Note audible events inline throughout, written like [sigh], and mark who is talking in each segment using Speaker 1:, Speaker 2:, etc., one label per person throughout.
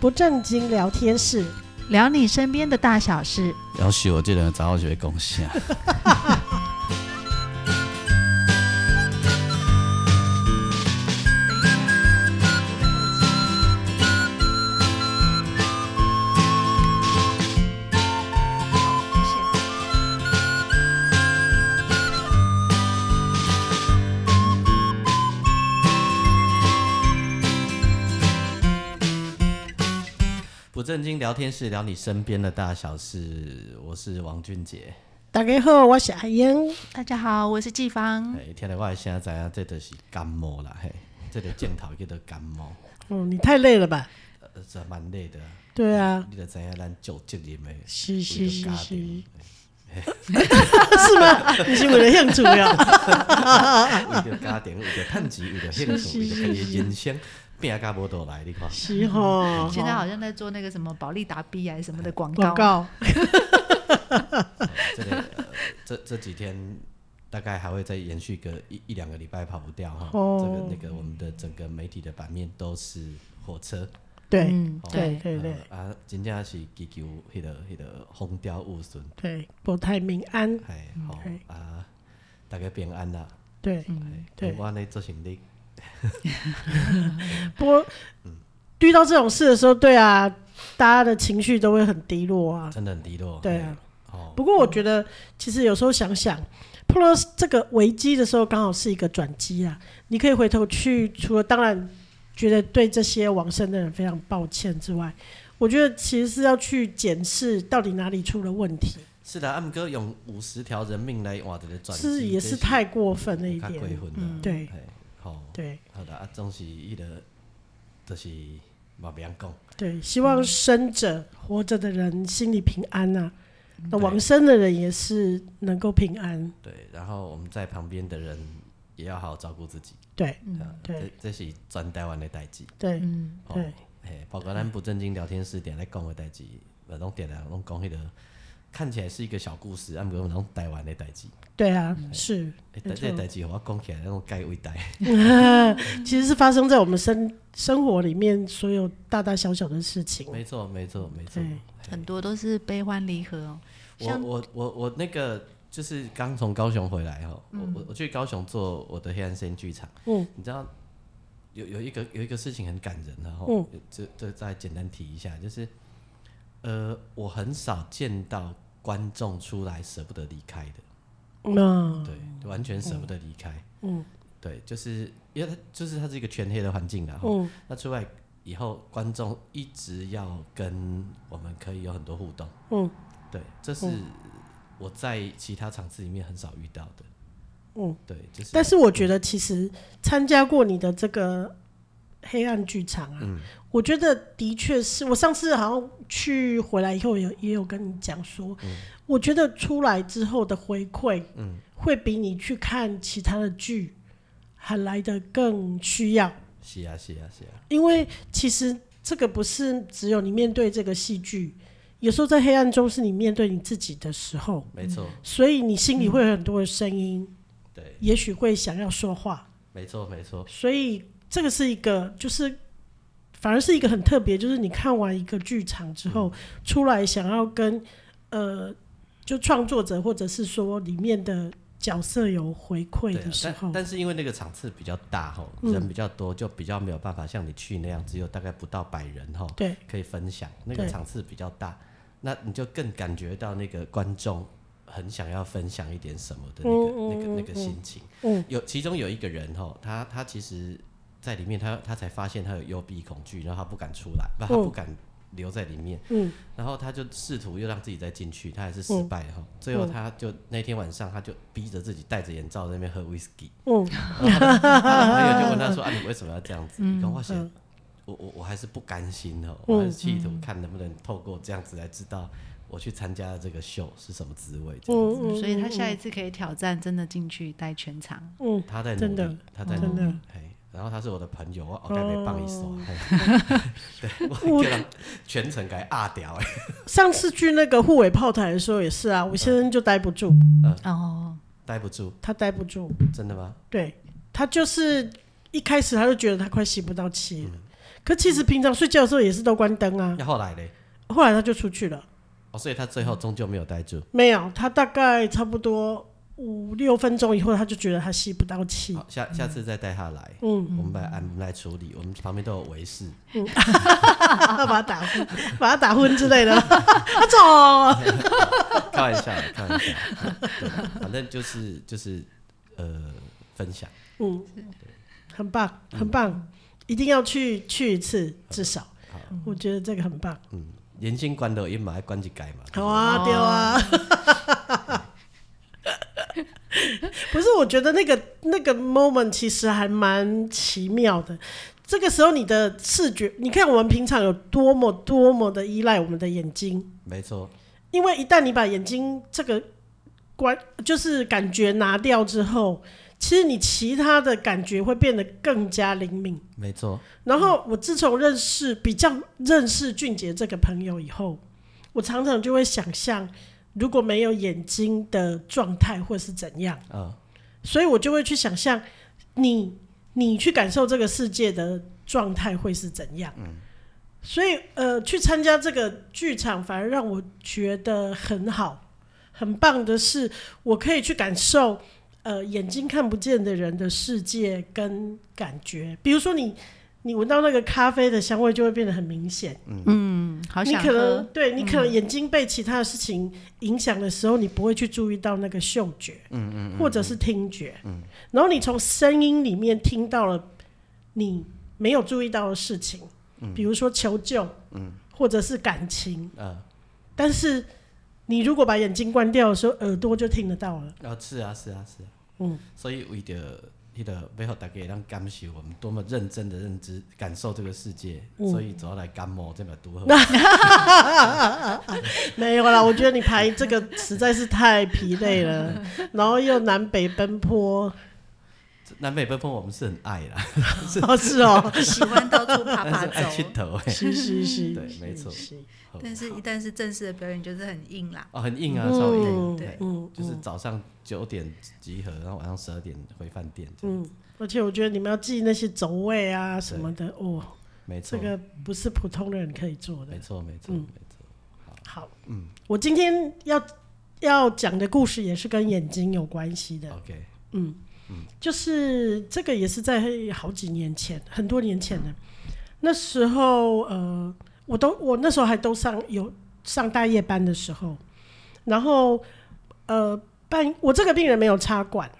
Speaker 1: 不正经聊天室，
Speaker 2: 聊你身边的大小事。
Speaker 3: 要许我这人早好就会贡
Speaker 1: [laughs]
Speaker 3: 献。不正经聊天室聊你身边的大小事，我是王俊杰。
Speaker 1: 大家好，我是阿英。
Speaker 2: 大家好，我是季
Speaker 1: 嗯
Speaker 2: 芳。
Speaker 3: 哎、听了我现在知影，这就是感冒啦，嘿，这个镜头叫做感冒，
Speaker 1: 哦，你太累了吧？
Speaker 3: 呃，这蛮累的。
Speaker 1: 对啊，
Speaker 3: 你就知影咱就责任的，
Speaker 1: 是是是是，
Speaker 3: 为
Speaker 1: [laughs] 是吗？你是为了兴趣啊？
Speaker 3: 着家庭，为着
Speaker 1: [laughs]
Speaker 3: 趁钱，为着兴趣，为着家己的人生，拼甲无倒来，你看。
Speaker 1: 是吼，
Speaker 2: 现在好像在做那个什么保利达 B 还是什么的广
Speaker 1: 广
Speaker 2: 告。
Speaker 1: 告
Speaker 3: 这个、呃、这这几天大概还会再延续个一一两个礼拜，跑不掉哈。
Speaker 1: 哦
Speaker 3: 这个那个我们的整个媒体的版面都是火车，
Speaker 1: 对
Speaker 2: 嗯，
Speaker 1: 对
Speaker 2: 对，
Speaker 1: 对对
Speaker 3: 呃啊，真正是祈求迄个迄个风调雨顺，
Speaker 1: 对，不太民安，
Speaker 3: 哎，好
Speaker 1: 嘿
Speaker 3: 啊，大家平安啦。
Speaker 1: 对，
Speaker 2: 嗯
Speaker 3: 嘿
Speaker 1: 嗯对
Speaker 3: 我呢做行李，
Speaker 1: 不过
Speaker 2: 嗯
Speaker 1: 遇到这种事的时候，对啊，大家的情绪都会很低落啊。
Speaker 3: 真的很低落。
Speaker 1: 对啊
Speaker 3: 嘿，哦，
Speaker 1: 不过我觉得，其实有时候想想，碰到这个危机的时候，刚好是一个转机啊。你可以回头去，除了当然觉得对这些往生的人非常抱歉之外，我觉得其实是要去检视到底哪里出了问题，
Speaker 3: 是的，暗哥用五十条人命来换这个转机，
Speaker 1: 是也是太过分了一
Speaker 3: 太过
Speaker 1: 点。嗯
Speaker 3: 分了。
Speaker 1: 对
Speaker 3: 嘿，好。
Speaker 1: 对
Speaker 3: 好的啊，总是迄、那个，就是嘛袂晓讲，
Speaker 1: 对，希望生者活着的人心里平安啊，那往生的人也是能够平安。
Speaker 3: 对。然后我们在旁边的人也要好好照顾自己，
Speaker 1: 对
Speaker 3: 啊
Speaker 1: 嗯对
Speaker 3: 这这是全台湾的代志，
Speaker 1: 对
Speaker 2: 嗯，
Speaker 3: 哦
Speaker 1: 对，
Speaker 3: 嘿，包括咱不正经聊天室点来讲的代志，呃，拢点来拢讲迄个，看起来是一个小故事，啊，不过拢台湾的代志，
Speaker 1: 对啊，是。
Speaker 3: 哎、
Speaker 1: 没
Speaker 3: 但
Speaker 1: 错
Speaker 3: 这个代志我讲起来那种该伟大，
Speaker 1: 其实是发生在我们生生活里面所有大大小小的事情。
Speaker 3: 没错没错没错
Speaker 1: 对，
Speaker 2: 很多都是悲欢离合哦。
Speaker 3: 我
Speaker 2: 像
Speaker 3: 我我我那个就是刚从高雄回来哈，我我我去高雄做我的黑暗森剧场，
Speaker 1: 嗯
Speaker 3: 你知道有有一个有一个事情很感人的哈
Speaker 1: 嗯，
Speaker 3: 这这再简单提一下，就是呃，我很少见到观众出来舍不得离开的，
Speaker 1: 那
Speaker 3: 对，完全舍不得离开，
Speaker 1: 哦嗯
Speaker 3: 对，就是因为它就是它是一个全黑的环境然后
Speaker 1: 嗯
Speaker 3: 那出来以后观众一直要跟我们可以有很多互动。
Speaker 1: 嗯
Speaker 3: 对，这是我在其他场次里面很少遇到的。
Speaker 1: 嗯。
Speaker 3: 对，就是。
Speaker 1: 但是我觉得，其实参加过你的这个黑暗剧场啊，我觉得的确是我上次好像去回来以后有，也有跟你讲说，我觉得出来之后的回馈，嗯，会比你去看其他的剧还来的更需要。
Speaker 3: 是啊，是啊，是啊，
Speaker 1: 因为其实这个不是只有你面对这个戏剧，有时候在黑暗中是你面对你自己的时候，
Speaker 3: 没错，
Speaker 1: 所以你心里会有很多的声音，
Speaker 3: 对，
Speaker 1: 也许会想要说话，
Speaker 3: 没错，没错，
Speaker 1: 所以这个是一个就是。反而是一个很特别，就是你看完一个剧场之后、出来，想要跟呃，就创作者或者是说里面的角色有回馈
Speaker 3: 对啊
Speaker 1: 的时候嗯
Speaker 3: 但，但是因为那个场次比较大吼，人比较多，就比较没有办法像你去那样，只有大概不到百人吼，
Speaker 1: 对
Speaker 3: 可以分享。那个
Speaker 1: 对
Speaker 3: 场次比较大，那你就更感觉到那个观众很想要分享一点什么的那个、
Speaker 1: 嗯嗯
Speaker 3: 那个
Speaker 1: 嗯
Speaker 3: 那个
Speaker 1: 嗯
Speaker 3: 心情。
Speaker 1: 嗯
Speaker 3: 有其中有一个人吼，他他其实在里面他，他才发现他有幽闭恐惧，然后他不敢出来，不，
Speaker 1: 嗯
Speaker 3: 他不敢留在里面。
Speaker 1: 嗯，
Speaker 3: 然后他就试图又让自己再进去，他还是失败哈、最
Speaker 1: 嗯
Speaker 3: 后他就那天晚上，他就逼着自己戴着眼罩在那边喝 whisky。
Speaker 1: 嗯，
Speaker 3: [laughs] 他的朋友就问他说：“啊，你为什么要这样子？”
Speaker 1: 嗯
Speaker 3: 你跟我写，我我我还是不甘心哦，我还是企图看能不能透过这样子来知道我去参加的这个秀是什么滋味。这样子，
Speaker 1: 嗯
Speaker 2: 所以他下一次可以挑战，真的进去带全场。
Speaker 1: 嗯，
Speaker 3: 他在
Speaker 1: 真
Speaker 3: 努
Speaker 1: 的
Speaker 3: 力，他在努
Speaker 1: 真的哦
Speaker 3: 力。嘿，然后他是我的朋友，我我该没帮一手，嘿 [laughs] 对
Speaker 1: 我
Speaker 3: 我给他全程给他压掉哎。
Speaker 1: 上次去那个护卫炮台的时候也是啊，我先生就待不住，
Speaker 2: 哦，
Speaker 3: 待不住，
Speaker 1: 他待不住，
Speaker 3: 真的吗？
Speaker 1: 对他就是一开始他就觉得他快吸不到气了，可其实平常睡觉的时候也是都关灯啊。
Speaker 3: 那后来嘞，
Speaker 1: 后来他就出去了，
Speaker 3: 哦，所以他最后终究没有待住。
Speaker 1: 没有，他大概差不多五六分钟以后，他就觉得他吸不到气。
Speaker 3: 好，下下次再带他来， [laughs]
Speaker 1: 嗯，
Speaker 3: 我们来安排来处理。我们旁边都有维士，
Speaker 1: 要把他打昏，把他打昏之类的。阿总，
Speaker 3: [laughs] 开玩笑的，开玩笑 [laughs] 的。对，反正就是就是呃，分享。
Speaker 1: 嗯，很棒，很棒，一定要去去一次，至少
Speaker 3: 好，
Speaker 1: 我觉得这个很棒。
Speaker 3: 嗯，人心关头也买关一改嘛。
Speaker 1: 好啊，丢啊！ [laughs] 不是，我觉得那个那个 moment 其实还蛮奇妙的。这个时候，你的视觉，你看我们平常有多么多么的依赖我们的眼睛，
Speaker 3: 没错，
Speaker 1: 因为一旦你把眼睛这个关，就是感觉拿掉之后，其实你其他的感觉会变得更加灵敏。
Speaker 3: 没错。
Speaker 1: 然后我自从认识比较认识俊杰这个朋友以后，我常常就会想象如果没有眼睛的状态会是怎样，
Speaker 3: 啊，
Speaker 1: 所以我就会去想象你你去感受这个世界的状态会是怎样。所以呃，去参加这个剧场反而让我觉得很好，很棒的是我可以去感受。呃，眼睛看不见的人的世界跟感觉，比如说你，你闻到那个咖啡的香味就会变得很明显。
Speaker 2: 嗯，好
Speaker 1: 你
Speaker 2: 想
Speaker 1: 可能
Speaker 2: 喝，嗯
Speaker 1: 对你可能眼睛被其他的事情影响的时候，你不会去注意到那个嗅觉，嗯嗯，或者是听觉，嗯，然后你从声音里面听到了你没有注意到的事情，比如说求救，嗯，或者是感情，
Speaker 3: 啊
Speaker 1: 但是你如果把眼睛关掉的时候，耳朵就听得到了。 [laughs]
Speaker 3: 啊，是啊，是啊，是啊。
Speaker 1: 嗯，
Speaker 3: 所以为着迄个要互大家让感受我们多么认真的认知感受这个世界，
Speaker 1: 嗯
Speaker 3: 所以主要来感冒这么
Speaker 1: [laughs]
Speaker 3: 多好。
Speaker 1: 没有啦，我觉得你排这个实在是太疲累了，然后又南北奔波，
Speaker 3: 南北奔风我们是很爱啦，
Speaker 1: 哦 [laughs] 是哦，
Speaker 4: 喜欢到处爬
Speaker 3: 但
Speaker 4: 爬
Speaker 3: 是 [laughs] 爱
Speaker 4: 走
Speaker 3: 去，头欸
Speaker 1: 是是是，
Speaker 3: [laughs] 对没错
Speaker 1: 是是
Speaker 3: 好
Speaker 4: 但是一旦是正式的表演，就是很硬啦。
Speaker 3: 哦，很硬啊，超硬，
Speaker 1: 嗯
Speaker 3: 对，
Speaker 1: 嗯
Speaker 3: 就是早上九点集合，然后晚上十二点回饭店，这样
Speaker 1: 嗯，而且我觉得你们要记那些轴位啊什么的，哦，
Speaker 3: 没
Speaker 1: 这
Speaker 3: 错，
Speaker 1: 个不是普通人可以做的
Speaker 3: 没。错，没错，
Speaker 1: 嗯
Speaker 3: 没错，
Speaker 1: 好，
Speaker 3: 嗯
Speaker 1: 我今天要要讲的故事也是跟眼睛有关系的，
Speaker 3: ，OK，
Speaker 1: 就是这个也是在好几年前，很多年前了。那时候，呃，我都我那时候还都上有上大夜班的时候，然后呃，半我这个病人没有插管，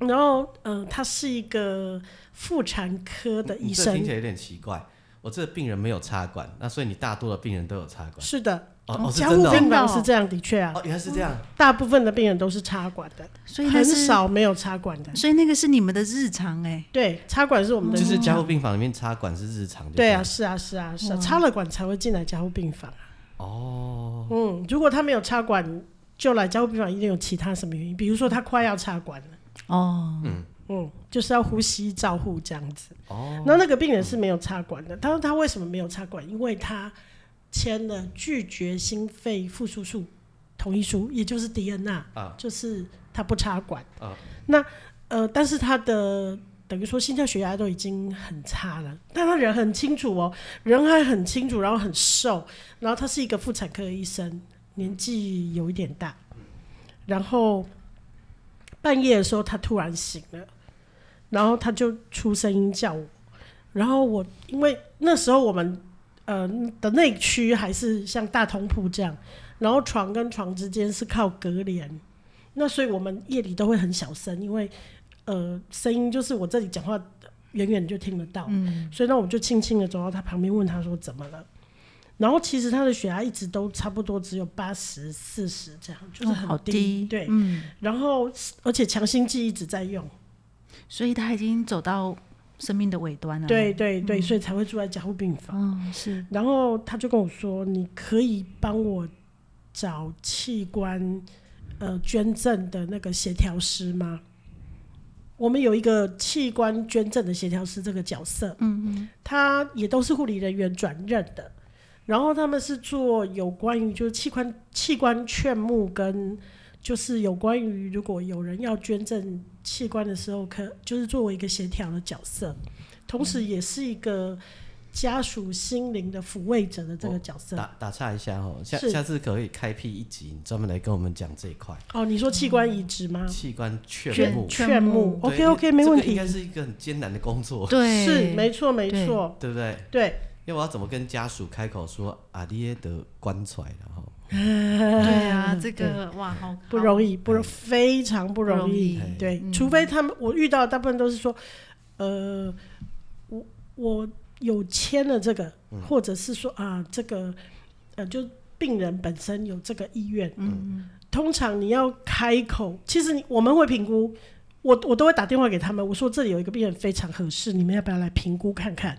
Speaker 1: 然后呃，他是一个妇产科的医
Speaker 3: 嗯你这
Speaker 1: 生
Speaker 3: 听起，来有点奇怪。我这个病人没有插管，那所以你大多的病人都有插管。
Speaker 1: 是的，
Speaker 3: 哦哦，是
Speaker 1: 加
Speaker 3: 真
Speaker 1: 护
Speaker 3: 的哦
Speaker 1: 病房是这样，的确啊，
Speaker 3: 哦，原来是这样。
Speaker 1: 大部分的病人都是插管的，
Speaker 2: 所以那
Speaker 1: 很
Speaker 2: 是，
Speaker 1: 少没有插管的。
Speaker 2: 所以那个是你们的日常哎、
Speaker 1: 嗯对，插管是我们的
Speaker 3: 就是加护病房里面插管是日常就
Speaker 1: 对
Speaker 3: 对
Speaker 1: 啊，
Speaker 3: 了。
Speaker 1: 是啊，是啊，是啊，插了管才会进来加护病房啊。
Speaker 3: 哦，
Speaker 1: 嗯，如果他没有插管就来加护病房，一定有其他什么原因，比如说他快要插管了，
Speaker 2: 哦，
Speaker 1: 嗯，就是要呼吸照护这样子。
Speaker 3: 哦，
Speaker 1: 那那个病人是没有插管的，他说他为什么没有插管？因为他签了拒绝心肺复苏术同意书，也就是 DNR，、
Speaker 3: 啊
Speaker 1: 就是他不插管。
Speaker 3: 啊
Speaker 1: 那呃，但是他的等于说心跳血压都已经很差了，但他人很清楚哦，人还很清楚，然后很瘦，然后他是一个妇产科医生，年纪有一点大，然后半夜的时候他突然醒了，然后他就出声音叫我，然后我因为那时候我们呃的内区还是像大通铺这样，然后床跟床之间是靠隔帘，那所以我们夜里都会很小声，因为呃声音就是我这里讲话远远就听得到，
Speaker 2: 嗯
Speaker 1: 所以那我就轻轻的走到他旁边问他说怎么了。然后其实他的血压一直都差不多只有八十四十这样，就是
Speaker 2: 哦
Speaker 1: 很
Speaker 2: 好低
Speaker 1: 对，
Speaker 2: 嗯，
Speaker 1: 然后而且强心剂一直在用，
Speaker 2: 所以他已经走到生命的尾端了。
Speaker 1: 对，对对，所以才会住在加护病房。
Speaker 2: 嗯，是，
Speaker 1: 然后他就跟我说：“你可以帮我找器官呃捐赠的那个协调师吗？”我们有一个器官捐赠的协调师这个角色，嗯嗯，他也都是护理人员转任的，然后他们是做有关于就是器官器官劝募跟就是有关于如果有人要捐赠器官的时候，可就是作为一个协调的角色，同时也是一个家属心灵的抚慰者的这个角色。
Speaker 3: 打打岔一下哦，下
Speaker 1: 是
Speaker 3: 下次可以开辟一集，你专门来跟我们讲这一块
Speaker 1: 哦，你说器官移植吗？
Speaker 3: 器官嗯劝
Speaker 2: 劝
Speaker 3: 募。
Speaker 1: 劝募
Speaker 3: 对
Speaker 1: ，OK OK，
Speaker 3: 因为
Speaker 1: 没
Speaker 3: 这个
Speaker 1: 问题
Speaker 3: 应。该是一个很艰难的工作，
Speaker 2: 对，
Speaker 1: 是，没错没错，
Speaker 3: 对不对？
Speaker 1: 对，
Speaker 3: 因为我要怎么跟家属开口说啊，你也得关出来，然后
Speaker 2: 对
Speaker 1: 嗯对
Speaker 2: 啊，这个哇，好
Speaker 1: 不容
Speaker 2: 易，
Speaker 1: 易，不容非常不容易
Speaker 2: 不容嗯
Speaker 3: 易。
Speaker 1: 对，除非他们我遇到的大部分都是说，呃，我我有签了这个，或者是说啊，这个呃，就病人本身有这个意愿。
Speaker 2: 嗯，
Speaker 1: 通常你要开口，其实你我们会评估。我我都会打电话给他们，我说这里有一个病人非常合适，你们要不要来评估看看？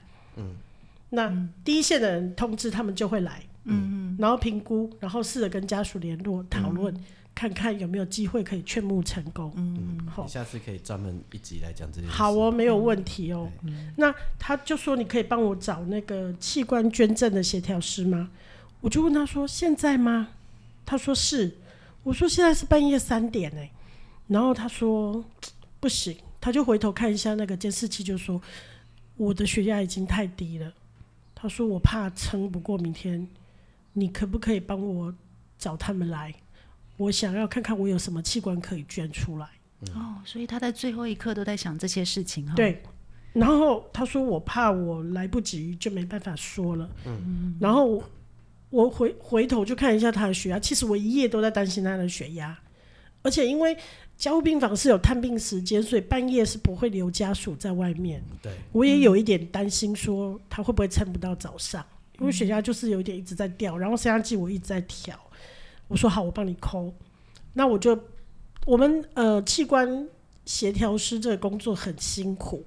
Speaker 1: 那第一线的人通知他们就会来，嗯，然后评估，然后试着跟家属联络讨论，看看有没有机会可以劝募成功。嗯，好
Speaker 3: 你，下次可以专门一集来讲这件事。嗯
Speaker 1: 好哦，没有问题哦。那他就说你可以帮我找那个器官捐赠的协调师吗？我就问他说现在吗？他说是。我说现在是半夜三点哎、然后他说嘖不行，他就回头看一下那个监视器，就说我的血压已经太低了。他说我怕撑不过明天，你可不可以帮我找他们来？我想要看看我有什么器官可以捐出来。
Speaker 2: 哦，所以他在最后一刻都在想这些事情哈，，
Speaker 1: 对，然后他说我怕我来不及就没办法说了。嗯，然后我我回回头就看一下他的血压，其实我一夜都在担心他的血压，而且因为加护病房是有探病时间，所以半夜是不会留家属在外面。
Speaker 3: 嗯对，
Speaker 1: 我也有一点担心，说他会不会撑不到早上，因为血压就是有一点一直在掉，然后升压剂我一直在调。我说好，我帮你抠。那我就我们呃器官协调师这个工作很辛苦，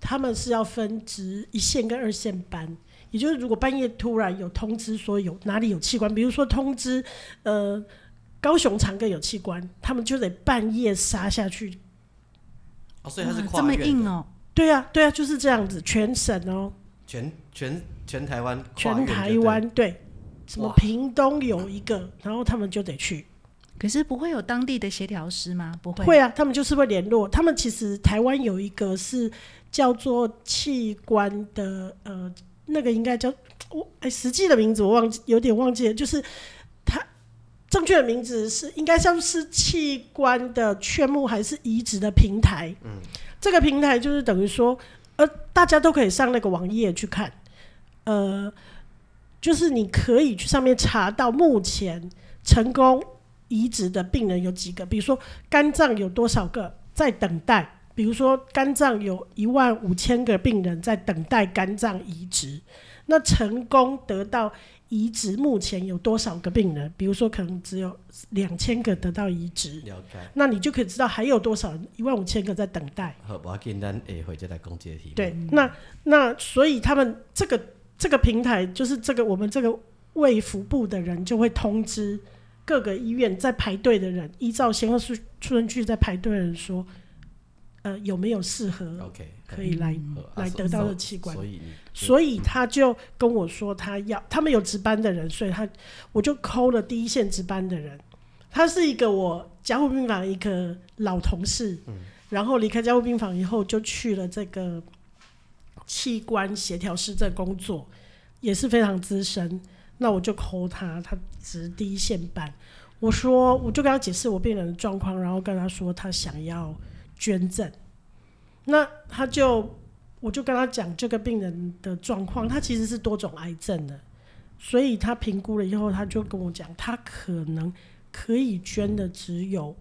Speaker 1: 他们是要分值一线跟二线班。也就是，如果半夜突然有通知说有哪里有器官，比如说通知，呃，高雄长庚有器官，他们就得半夜杀下去
Speaker 3: 哦，所以它是
Speaker 2: 这
Speaker 3: 跨
Speaker 2: 么
Speaker 3: 越的
Speaker 2: 硬哦，
Speaker 1: 对呀、对呀、啊就是这样子，全省哦，
Speaker 3: 全全全台湾跨
Speaker 1: 全
Speaker 3: 越的
Speaker 1: 台湾对，什么
Speaker 3: 哇
Speaker 1: 屏东有一个，然后他们就得去。
Speaker 2: 可是不会有当地的协调师吗？不会，
Speaker 1: 会啊，他们就是会联络。他们其实台湾有一个是叫做器官的，呃，那个应该叫我哎，实际的名字我忘记，有点忘记了，就是它正确的名字是应该像是器官的劝募还是移植的平台。嗯，这个平台就是等于说，呃，大家都可以上那个网页去看，呃，就是你可以去上面查到目前成功移植的病人有几个，比如说肝脏有多少个在等待，比如说肝脏有一万五千个病人在等待肝脏移植，那成功得到移植目前有多少个病人？比如说可能只有两千个得到移植，
Speaker 3: 了解。
Speaker 1: 那你就可以知道还有多少人一万五千个在等待。
Speaker 3: 好，我要跟咱下回再来讲这个题目。
Speaker 1: 对，那那所以他们这个这个平台，就是这个我们这个卫福部的人就会通知各个医院在排队的人，依照先后顺顺序在排队的人说，呃，有没有适合
Speaker 3: ，OK，
Speaker 1: 可以来。
Speaker 3: 好啊
Speaker 1: 来
Speaker 3: 所
Speaker 1: 得到的
Speaker 3: 所
Speaker 1: 器官
Speaker 3: 所以你
Speaker 1: 所以他就跟我说，他要他们有值班的人，所以他我就抠了第一线值班的人。他是一个我加护病房一个老同事，然后离开加护病房以后，就去了这个器官协调师这工作，也是非常资深。那我就抠他，他值第一线班。我说，我就跟他解释我病人的状况，然后跟他说他想要捐赠。那他就我就跟他讲这个病人的状况，他其实是多种癌症的，所以他评估了以后，他就跟我讲，他可能可以捐的只有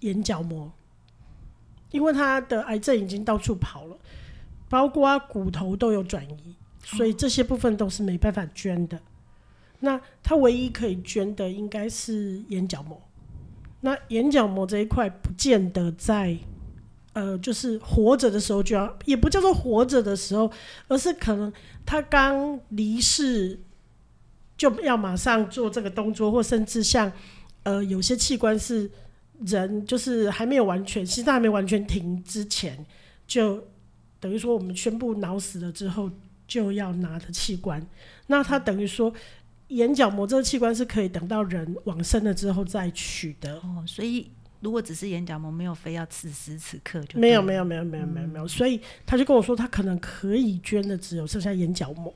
Speaker 1: 眼角膜，因为他的癌症已经到处跑了，包括骨头都有转移，所以这些部分都是没办法捐的。那他唯一可以捐的应该是眼角膜，那眼角膜这一块不见得在呃，就是活着的时候就要，也不叫做活着的时候，而是可能他刚离世就要马上做这个动作，或甚至像呃有些器官是人就是还没有完全心脏还没完全停之前，就等于说我们宣布脑死了之后就要拿的器官，那他等于说。眼角膜这个器官是可以等到人往生了之后再取的，
Speaker 2: 哦，所以如果只是演讲，我们没有非要此时此刻就
Speaker 1: 没有
Speaker 2: 对了嗯
Speaker 1: 没有没有没有没有没有，所以他就跟我说，他可能可以捐的只有剩下眼角膜。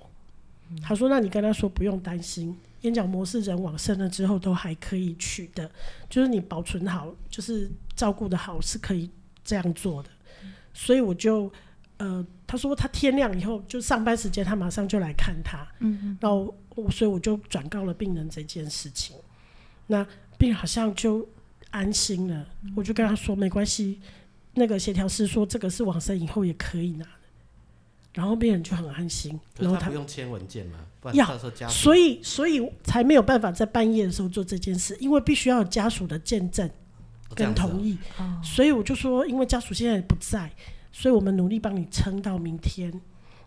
Speaker 2: 嗯
Speaker 1: 他说：“那你跟他说不用担心，眼角膜是人往生了之后都还可以取的，就是你保存好，就是照顾的好是可以这样做的。”
Speaker 2: 嗯
Speaker 1: 所以我就呃，他说他天亮以后就上班时间，他马上就来看他。嗯，然后我所以我就转告了病人这件事情，那病人好像就安心了。我就跟他说：“没关系，那个协调师说这个是往生以后也可以拿的，然后病人就很安心，
Speaker 3: 可
Speaker 1: 然
Speaker 3: 是
Speaker 1: 后
Speaker 3: 他
Speaker 1: 他
Speaker 3: 不用签文件嘛，不然
Speaker 1: 要
Speaker 3: 到时候家属
Speaker 1: 所以所以才没有办法在半夜的时候做这件事，因为必须要有家属的见证
Speaker 3: 哦这
Speaker 1: 跟
Speaker 3: 样子哦
Speaker 1: 同意，
Speaker 2: 嗯
Speaker 1: 所以我就说，因为家属现在也不在，所以我们努力帮你撑到明天。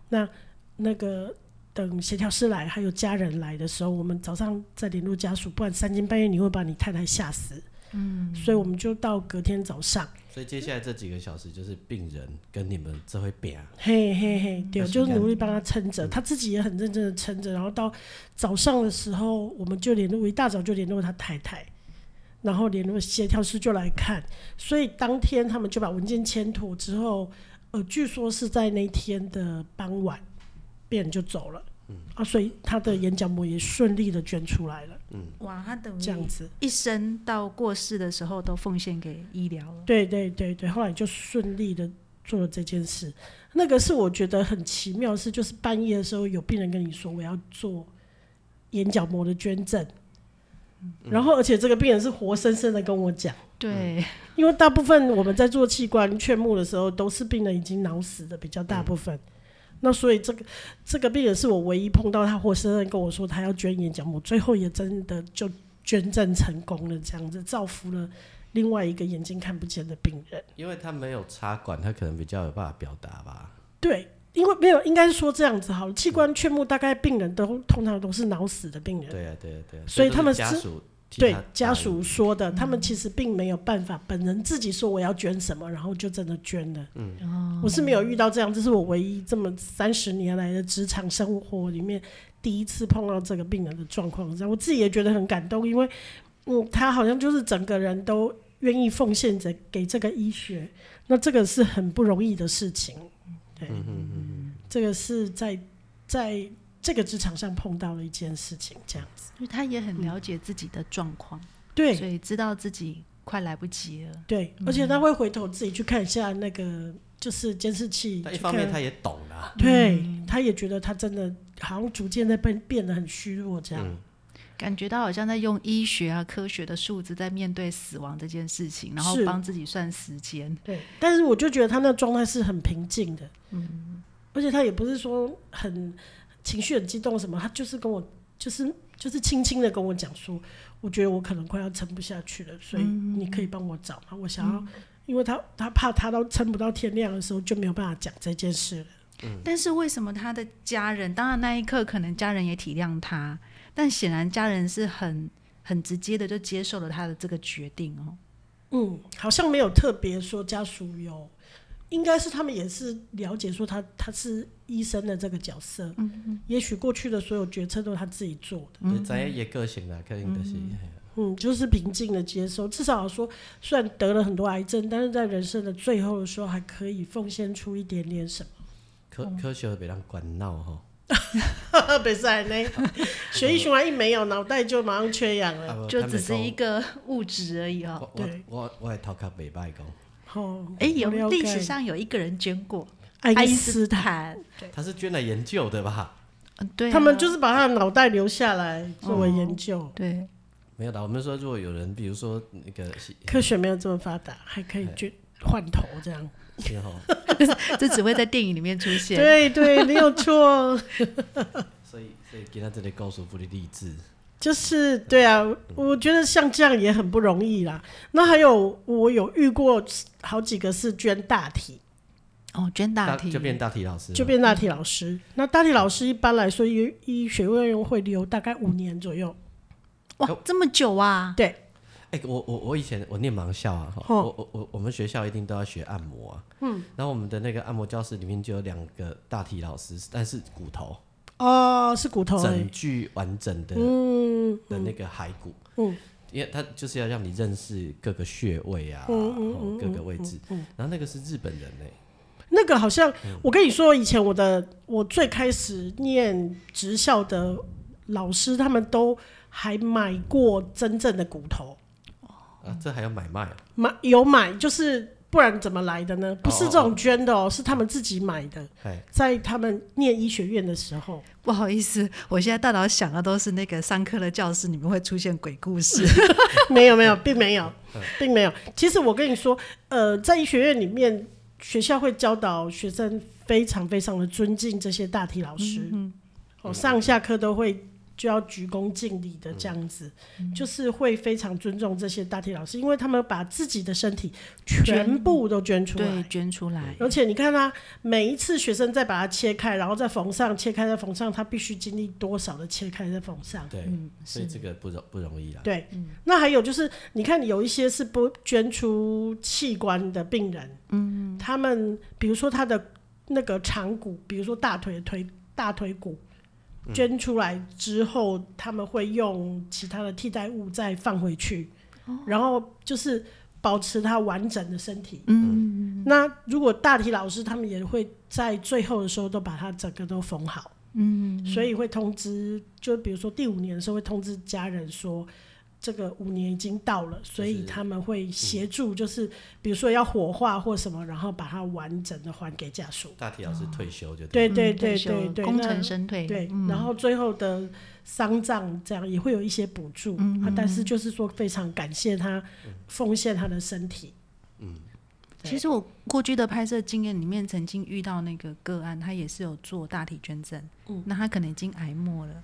Speaker 1: 那那个等协调师来，还有家人来的时候，我们早上再联络家属，不然三更半夜你会把你太太吓死。嗯，所以我们就到隔天早上。
Speaker 3: 所以接下来这几个小时就是病人跟你们这会变
Speaker 1: 嘿嘿嘿，对，
Speaker 3: 嗯
Speaker 1: 就
Speaker 3: 那是嗯
Speaker 1: 是
Speaker 3: 这样
Speaker 1: 努力帮他撑着，他自己也很认真的撑着，然后到早上的时候，我们就联络，一大早就联络他太太，然后联络协调师就来看，所以当天他们就把文件签妥之后，呃，据说是在那天的傍晚，病人就走了，
Speaker 3: 嗯
Speaker 1: 啊，所以他的眼角膜也顺利的捐出来了，
Speaker 4: 哇，他等
Speaker 1: 这样
Speaker 4: 于
Speaker 1: 子，
Speaker 4: 一生到过世的时候都奉献给医疗了。
Speaker 1: 对对对对，后来就顺利的做了这件事。那个是我觉得很奇妙的事，就是半夜的时候有病人跟你说我要做眼角膜的捐赠，然后而且这个病人是活生生的跟我讲，
Speaker 2: 对，
Speaker 1: 因为大部分我们在做器官劝募的时候，都是病人已经脑死的比较大部分。那所以这个这个病人是我唯一碰到他活生生跟我说他要捐眼角膜，最后也真的就捐赠成功了，这样子造福了另外一个眼睛看不见的病人。
Speaker 3: 因为他没有插管，他可能比较有办法表达吧。
Speaker 1: 对，因为没有，应该是说这样子好了。器官劝募大概病人都通常都是脑死的病人，
Speaker 3: 对啊，对啊，对啊。
Speaker 1: 所以
Speaker 3: 这都是
Speaker 1: 他们是
Speaker 3: 家属替
Speaker 1: 对
Speaker 3: 他嗯
Speaker 1: 家
Speaker 3: 答
Speaker 1: 属
Speaker 3: 应
Speaker 1: 说的，他们其实并没有办法，本人自己说我要捐什么，然后就真的捐了。
Speaker 3: 哦
Speaker 2: 哦
Speaker 1: 嗯，我是没有遇到这样，这是我唯一这么三十年来的职场生活里面第一次碰到这个病人的状况，这样我自己也觉得很感动，因为嗯，他好像就是整个人都愿意奉献着给这个医学，那这个是很不容易的事情。对，这个是在在这个职场上碰到的一件事情，这样子。
Speaker 2: 因为他也很了解自己的状况，
Speaker 1: 对，
Speaker 2: 所以知道自己快来不及了。
Speaker 1: 对，
Speaker 3: 嗯
Speaker 1: 而且他会回头自己去看一下那个就是监视器，
Speaker 3: 但
Speaker 1: 去
Speaker 3: 一方面
Speaker 1: 看
Speaker 3: 他也懂啦，
Speaker 1: 对，他也觉得他真的好像逐渐在变变得很虚弱这样。
Speaker 2: 感觉到好像在用医学啊、科学的数字在面对死亡这件事情，然后
Speaker 1: 是
Speaker 2: 帮自己算时间。
Speaker 1: 对，但是我就觉得他那状态是很平静的，而且他也不是说很情绪很激动什么，他就是跟我就是就是轻轻的跟我讲说，我觉得我可能快要撑不下去了，所以你可以帮我找吗？我想要，因为他他怕他都撑不到天亮的时候就没有办法讲这件事了。
Speaker 3: 嗯
Speaker 2: 但是为什么他的家人？当然那一刻可能家人也体谅他，但显然家人是很很直接的就接受了他的这个决定哦。
Speaker 1: 嗯，好像没有特别说家属有，应该是他们也是了解说他他是医生的这个角色，嗯也许过去的所有决策都是他自己做的，
Speaker 3: 对咱也也个性啦，肯定的是。啊
Speaker 1: 嗯，就是平静的接受，至少说虽然得了很多癌症，但是在人生的最后的时候还可以奉献出一点点
Speaker 2: [laughs]
Speaker 1: 什
Speaker 3: 科科学别让管闹哈，
Speaker 1: 么， [laughs] 别塞呢，血液循环一没有，脑袋就马上缺氧了，
Speaker 3: 啊
Speaker 2: 就只是一。个物质而已
Speaker 3: 不
Speaker 2: 哦。
Speaker 3: 他们
Speaker 1: 对
Speaker 3: 讲我我我我的头壳袂歹讲，
Speaker 1: 哦，
Speaker 2: 哎，有
Speaker 1: 我了解
Speaker 2: 历史上有一个人捐过
Speaker 1: 爱
Speaker 2: 爱
Speaker 1: 因
Speaker 2: 因
Speaker 1: 斯
Speaker 2: 斯
Speaker 1: 坦，
Speaker 2: 坦，
Speaker 3: 他是捐来研究的吧？
Speaker 2: 嗯，对啊，哦
Speaker 1: 他们就是把他的脑袋留下来作为研究，
Speaker 2: 对，
Speaker 3: 没有啦，我们说如果有人，比如说那个是
Speaker 1: 科学没有这么发达，还可以去换头这样。
Speaker 3: 是吼，
Speaker 2: 这只会在电影里面出
Speaker 1: [laughs]
Speaker 2: 现。
Speaker 1: 对对，没有错，
Speaker 3: 所以所以给他这里告诉不的励志，
Speaker 1: 就是对啊。我觉得像这样也很不容易啦。那还有，我有遇过好几个是捐大体，
Speaker 2: 哦，捐大
Speaker 3: 大
Speaker 2: 题
Speaker 3: 就变大体老师了，
Speaker 1: 就变大体老师。那大体老师一般来说，医医学院会留大概五年左右。
Speaker 2: 哇，
Speaker 3: 哦
Speaker 2: 这么久啊！
Speaker 1: 对，
Speaker 3: 哎、我我我以前我念盲校啊，哈
Speaker 1: 哦
Speaker 3: 我我我我们学校一定都要学按摩啊，嗯，然后我们的那个按摩教室里面就有两个大体老师，但是骨头
Speaker 1: 哦，是骨头、欸
Speaker 3: 整，具完整的、的那个骸骨，
Speaker 1: 嗯，
Speaker 3: 因为他就是要让你认识各个穴位啊，
Speaker 1: 嗯嗯
Speaker 3: 哦
Speaker 1: 嗯
Speaker 3: 各个位置
Speaker 1: 嗯嗯嗯。
Speaker 3: 然后那个是日本人呢，
Speaker 1: 那个好像，我跟你说，以前我的我最开始念职校的老师，他们都还买过真正的骨头，
Speaker 3: 啊，这还要买卖啊？
Speaker 1: 买有买，就是不然怎么来的呢？不是这
Speaker 3: 哦哦
Speaker 1: 种捐的哦，是他们自己买的，
Speaker 3: 哎，
Speaker 1: 在他们念医学院的时候， [laughs]
Speaker 2: 不好意思，我现在大脑想的都是那个上课的教室里面会出现鬼故
Speaker 1: [laughs]
Speaker 2: 事。
Speaker 1: 没有没有，并没有，
Speaker 3: 嗯
Speaker 1: [laughs] 并没有。其实我跟你说，呃，在医学院里面，学校会教导学生非常非常的尊敬这些大体老师，哦，上下课都会就要鞠躬尽礼的这
Speaker 3: 嗯
Speaker 1: 样子，就是会非常尊重这些大体老师，因为他们把自己的身体全部都捐出
Speaker 2: 对
Speaker 1: 来，。
Speaker 2: 捐出来，
Speaker 1: 而且你看他每一次学生再把它切开，然后再缝上，切开再缝上，他必须经历多少的切开再缝上？
Speaker 3: 对，啊所以这个不容不容易啦。
Speaker 1: 嗯对，那还有就是，你看有一些是不捐出器官的病人，嗯，他们比如说他的那个长骨，比如说大腿腿大腿骨捐出来之后，他们会用其他的替代物再放回去，然后就是保持他完整的身体。
Speaker 2: 嗯，
Speaker 1: 那如果大体老师他们也会在最后的时候都把它整个都缝好，嗯，所以会通知，就比如说第五年的时候会通知家人说。这个五年已经到了，所以他们会协助，就是比如说要火化或什么，然后把它完整的还给家属。
Speaker 3: 大体老师退休就
Speaker 1: 对
Speaker 2: 嗯
Speaker 1: 对
Speaker 2: 退
Speaker 1: 对
Speaker 2: 休
Speaker 1: 对对，
Speaker 2: 功
Speaker 1: 那
Speaker 2: 成身退，
Speaker 1: 对，
Speaker 2: 嗯
Speaker 1: 然后最后的丧葬这样也会有一些补助、啊，但是就是说非常感谢他奉献他的身体。
Speaker 2: 其实我过去的拍摄经验里面，曾经遇到那个个案，他也是有做大体捐赠，
Speaker 1: 嗯
Speaker 2: 那他可能已经癌末了，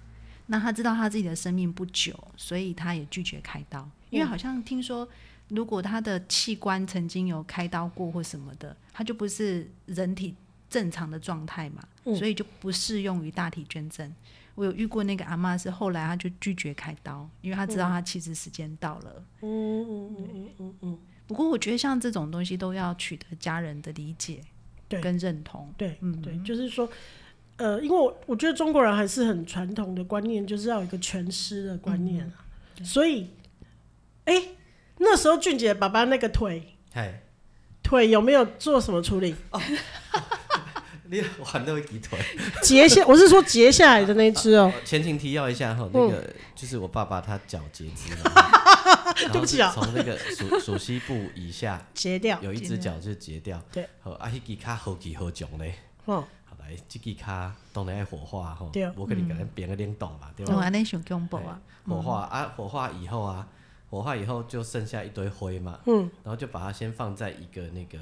Speaker 2: 那他知道他自己的生命不久，所以他也拒绝开刀，因为
Speaker 1: 嗯
Speaker 2: 好像听说，如果他的器官曾经有开刀过或什么的，他就不是人体正常的状态嘛，
Speaker 1: 嗯
Speaker 2: 所以就不适用于大体捐赠。我有遇过那个阿妈，是后来她就拒绝开刀，因为她知道她其实时间到了。
Speaker 1: 嗯嗯嗯嗯嗯嗯。
Speaker 2: 不过我觉得像这种东西都要取得家人的理解，
Speaker 1: 对
Speaker 2: 跟认同，
Speaker 1: 对，对，就是说，呃，因为我我觉得中国人还是很传统的观念，就是要有一个全尸的观念啊。所以，哎、那时候俊杰爸爸那个腿
Speaker 3: 嗨，
Speaker 1: 腿有没有做什么处理？
Speaker 3: 你玩到一
Speaker 1: [laughs]
Speaker 3: 几腿？
Speaker 1: 截下，我是说截下来的那只哦、
Speaker 3: 哦前情提要一下哈，那个就是我爸爸他脚截肢
Speaker 1: [laughs]
Speaker 3: 了，
Speaker 1: 对不起啊
Speaker 3: 然后是从那个属属西部以下
Speaker 1: 截掉。
Speaker 3: 有一只脚就截掉，
Speaker 1: 对，
Speaker 3: 好啊，迄支骹好奇好强咧，
Speaker 1: 哦，
Speaker 3: 好来，这支骹当然爱火化吼
Speaker 1: 对，嗯
Speaker 3: 无可能给咱变个领导嘛，对
Speaker 2: 我
Speaker 3: 吧？
Speaker 2: 安尼想恐怖
Speaker 3: 哎
Speaker 2: 啊，
Speaker 3: 火化啊，火化以后啊，火化以后就剩下一堆灰嘛，
Speaker 1: 嗯，
Speaker 3: 然后就把它先放在一个那个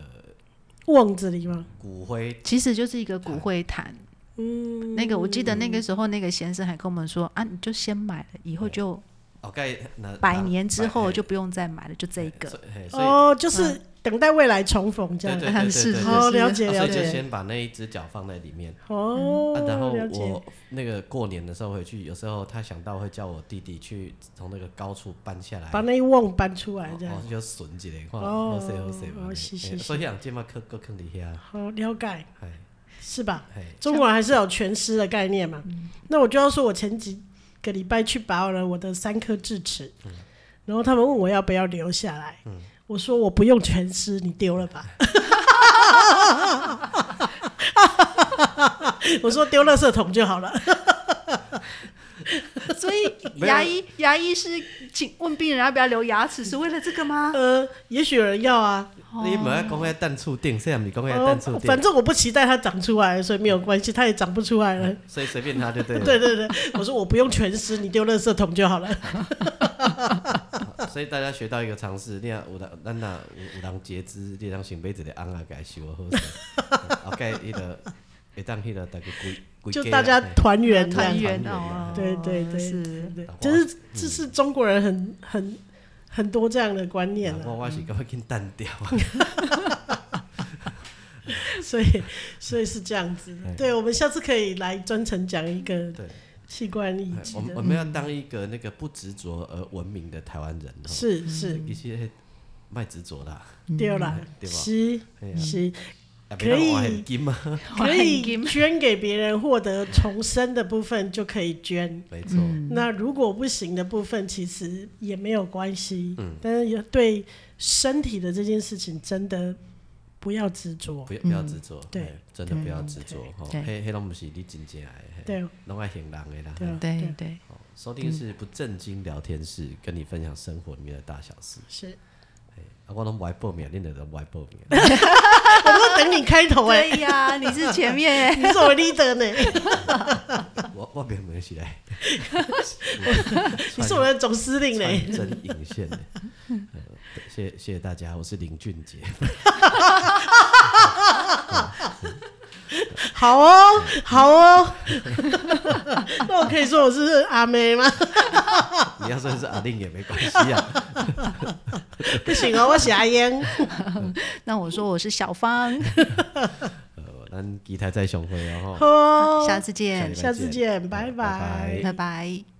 Speaker 1: 瓮子里吗？
Speaker 3: 骨灰，
Speaker 2: 其实就是一个骨灰坛。
Speaker 1: 嗯，
Speaker 2: 那个我记得那个时候那个先生还跟我们说啊，你就先买了，以后就
Speaker 3: 哦，盖那
Speaker 2: 百年之后就不用再买了，就这一个。
Speaker 3: 所以嘿所以嗯
Speaker 1: 哦，就是等待未来重逢这
Speaker 3: 对
Speaker 1: 样。
Speaker 3: 哎对对对
Speaker 2: 是
Speaker 3: 对
Speaker 2: 是
Speaker 3: 对，
Speaker 1: 哦，
Speaker 2: 是
Speaker 1: 了解
Speaker 3: 啊
Speaker 1: 了
Speaker 3: 所以就
Speaker 1: 解。
Speaker 3: 先把那一只脚放在里面。
Speaker 1: 哦
Speaker 3: 啊，，然后
Speaker 1: 了解。
Speaker 3: 我那个过年的时候回去，有时候他想到会叫我弟弟去从那个高处搬下来，
Speaker 1: 把那一瓮搬出来
Speaker 3: 哦
Speaker 1: 这样
Speaker 3: 哦。，就损一个看
Speaker 1: 哦
Speaker 3: 好势好势嘛
Speaker 1: 哦
Speaker 3: 嘿
Speaker 1: 是是
Speaker 3: 嘿
Speaker 1: 是
Speaker 3: 所以人即马去搁坑伫遐，
Speaker 1: 好，了解，
Speaker 3: 嘿，
Speaker 1: 是吧？
Speaker 3: 嘿，
Speaker 1: 中国人还是有全尸的概念嘛。
Speaker 3: 嗯
Speaker 1: 那我就要说，我前几个礼拜去保养了我的三颗智齿，
Speaker 3: 嗯
Speaker 1: 然后他们问我要不要留下来，我说我不用全尸，你丢了
Speaker 3: [laughs]
Speaker 1: 吧。 [laughs] 我说丢垃圾桶就好了。
Speaker 2: 所以 [laughs] 牙医牙医师请问病人要不要留牙齿，是为了这个吗？
Speaker 1: [laughs] 呃，也许有人要啊，
Speaker 3: 你唔要讲迄蛋厝顶，虽然唔是讲迄
Speaker 1: 哦
Speaker 3: 蛋厝
Speaker 1: 反
Speaker 3: 顶，
Speaker 1: 正我不期待它长出来，所以没有关系，它也长不出来了。
Speaker 3: 所以随便他就对了。
Speaker 1: 对对对，我说我不用全尸，你丢垃圾桶就好了。
Speaker 3: [laughs] 所以大家学到一个常识，你若有人咱若有有人截肢，你当想买一个翁啊，家收好势， [laughs] 后盖迄个会当
Speaker 1: [laughs]
Speaker 3: 迄个大家规规
Speaker 1: 就大家团圆这样
Speaker 2: 团
Speaker 1: 子。
Speaker 2: 圆
Speaker 3: 团圆
Speaker 2: 哦
Speaker 3: 啊，
Speaker 1: 对对对
Speaker 2: 是。
Speaker 1: 对
Speaker 3: 打，挂
Speaker 1: 就是这是中国人很很很多这样的观念
Speaker 3: 啊 [laughs] 我
Speaker 1: 了，
Speaker 3: 我是赶快给淡掉。
Speaker 1: 所以所以是这样子的。
Speaker 3: 哎
Speaker 1: 对，我们下次可以来专程讲一个
Speaker 3: 对，
Speaker 1: 器官移
Speaker 3: 哎
Speaker 1: 植
Speaker 3: 我们我
Speaker 1: 的，
Speaker 3: 们要当一个那个不执着而文明的台湾人。吼，
Speaker 1: 是是，
Speaker 3: 一些卖执着啦，
Speaker 1: 对啦
Speaker 3: 嗯，对吧
Speaker 1: 是
Speaker 3: 哎呀
Speaker 1: 是。
Speaker 3: 啊
Speaker 1: 可以
Speaker 3: 别让我很金嘛，
Speaker 1: 可以捐给别人获得重生的部分就可以嗯捐。
Speaker 3: 没错，
Speaker 1: 那如果不行的部分，其实也没有关系。但是也对身体的这件事情，真的不要执着。
Speaker 3: 不要不要执着，
Speaker 1: 嗯对
Speaker 3: 嘿，真的不要执着吼，
Speaker 2: 对
Speaker 3: 嘿，嘿，拢不是你真正来的，嘿
Speaker 1: 对
Speaker 3: 拢爱行人的啦。
Speaker 1: 对
Speaker 3: 嘿
Speaker 2: 对对，
Speaker 3: 哦收听是不正经聊天室，跟你分享生活里面的大小事。
Speaker 1: 是，
Speaker 3: 啊，我拢不爱报名，恁都不爱报名。
Speaker 1: [laughs] 我都等你开头哎、
Speaker 2: 对呀，你是前面 [laughs] 哎，
Speaker 1: 你是我 leader 呢，
Speaker 3: 我我明明是来，
Speaker 1: [laughs] 你是我的总司令呢。
Speaker 3: 穿针引线的。呃对谢谢谢大家，我是林俊
Speaker 1: [laughs]
Speaker 3: 杰。
Speaker 1: 好哦，好哦。 [laughs] 那我可以说我是阿妹吗？
Speaker 3: 你要说是阿令也没关系啊，
Speaker 1: 不行哦，我是阿烟。
Speaker 2: 那我说我是小芳，
Speaker 3: 呃，咱吉他再相会哦。吼
Speaker 1: 好哦，
Speaker 2: 下次见，
Speaker 3: 礼拜
Speaker 1: 下次见，拜
Speaker 3: 拜拜
Speaker 1: 拜
Speaker 2: 拜拜。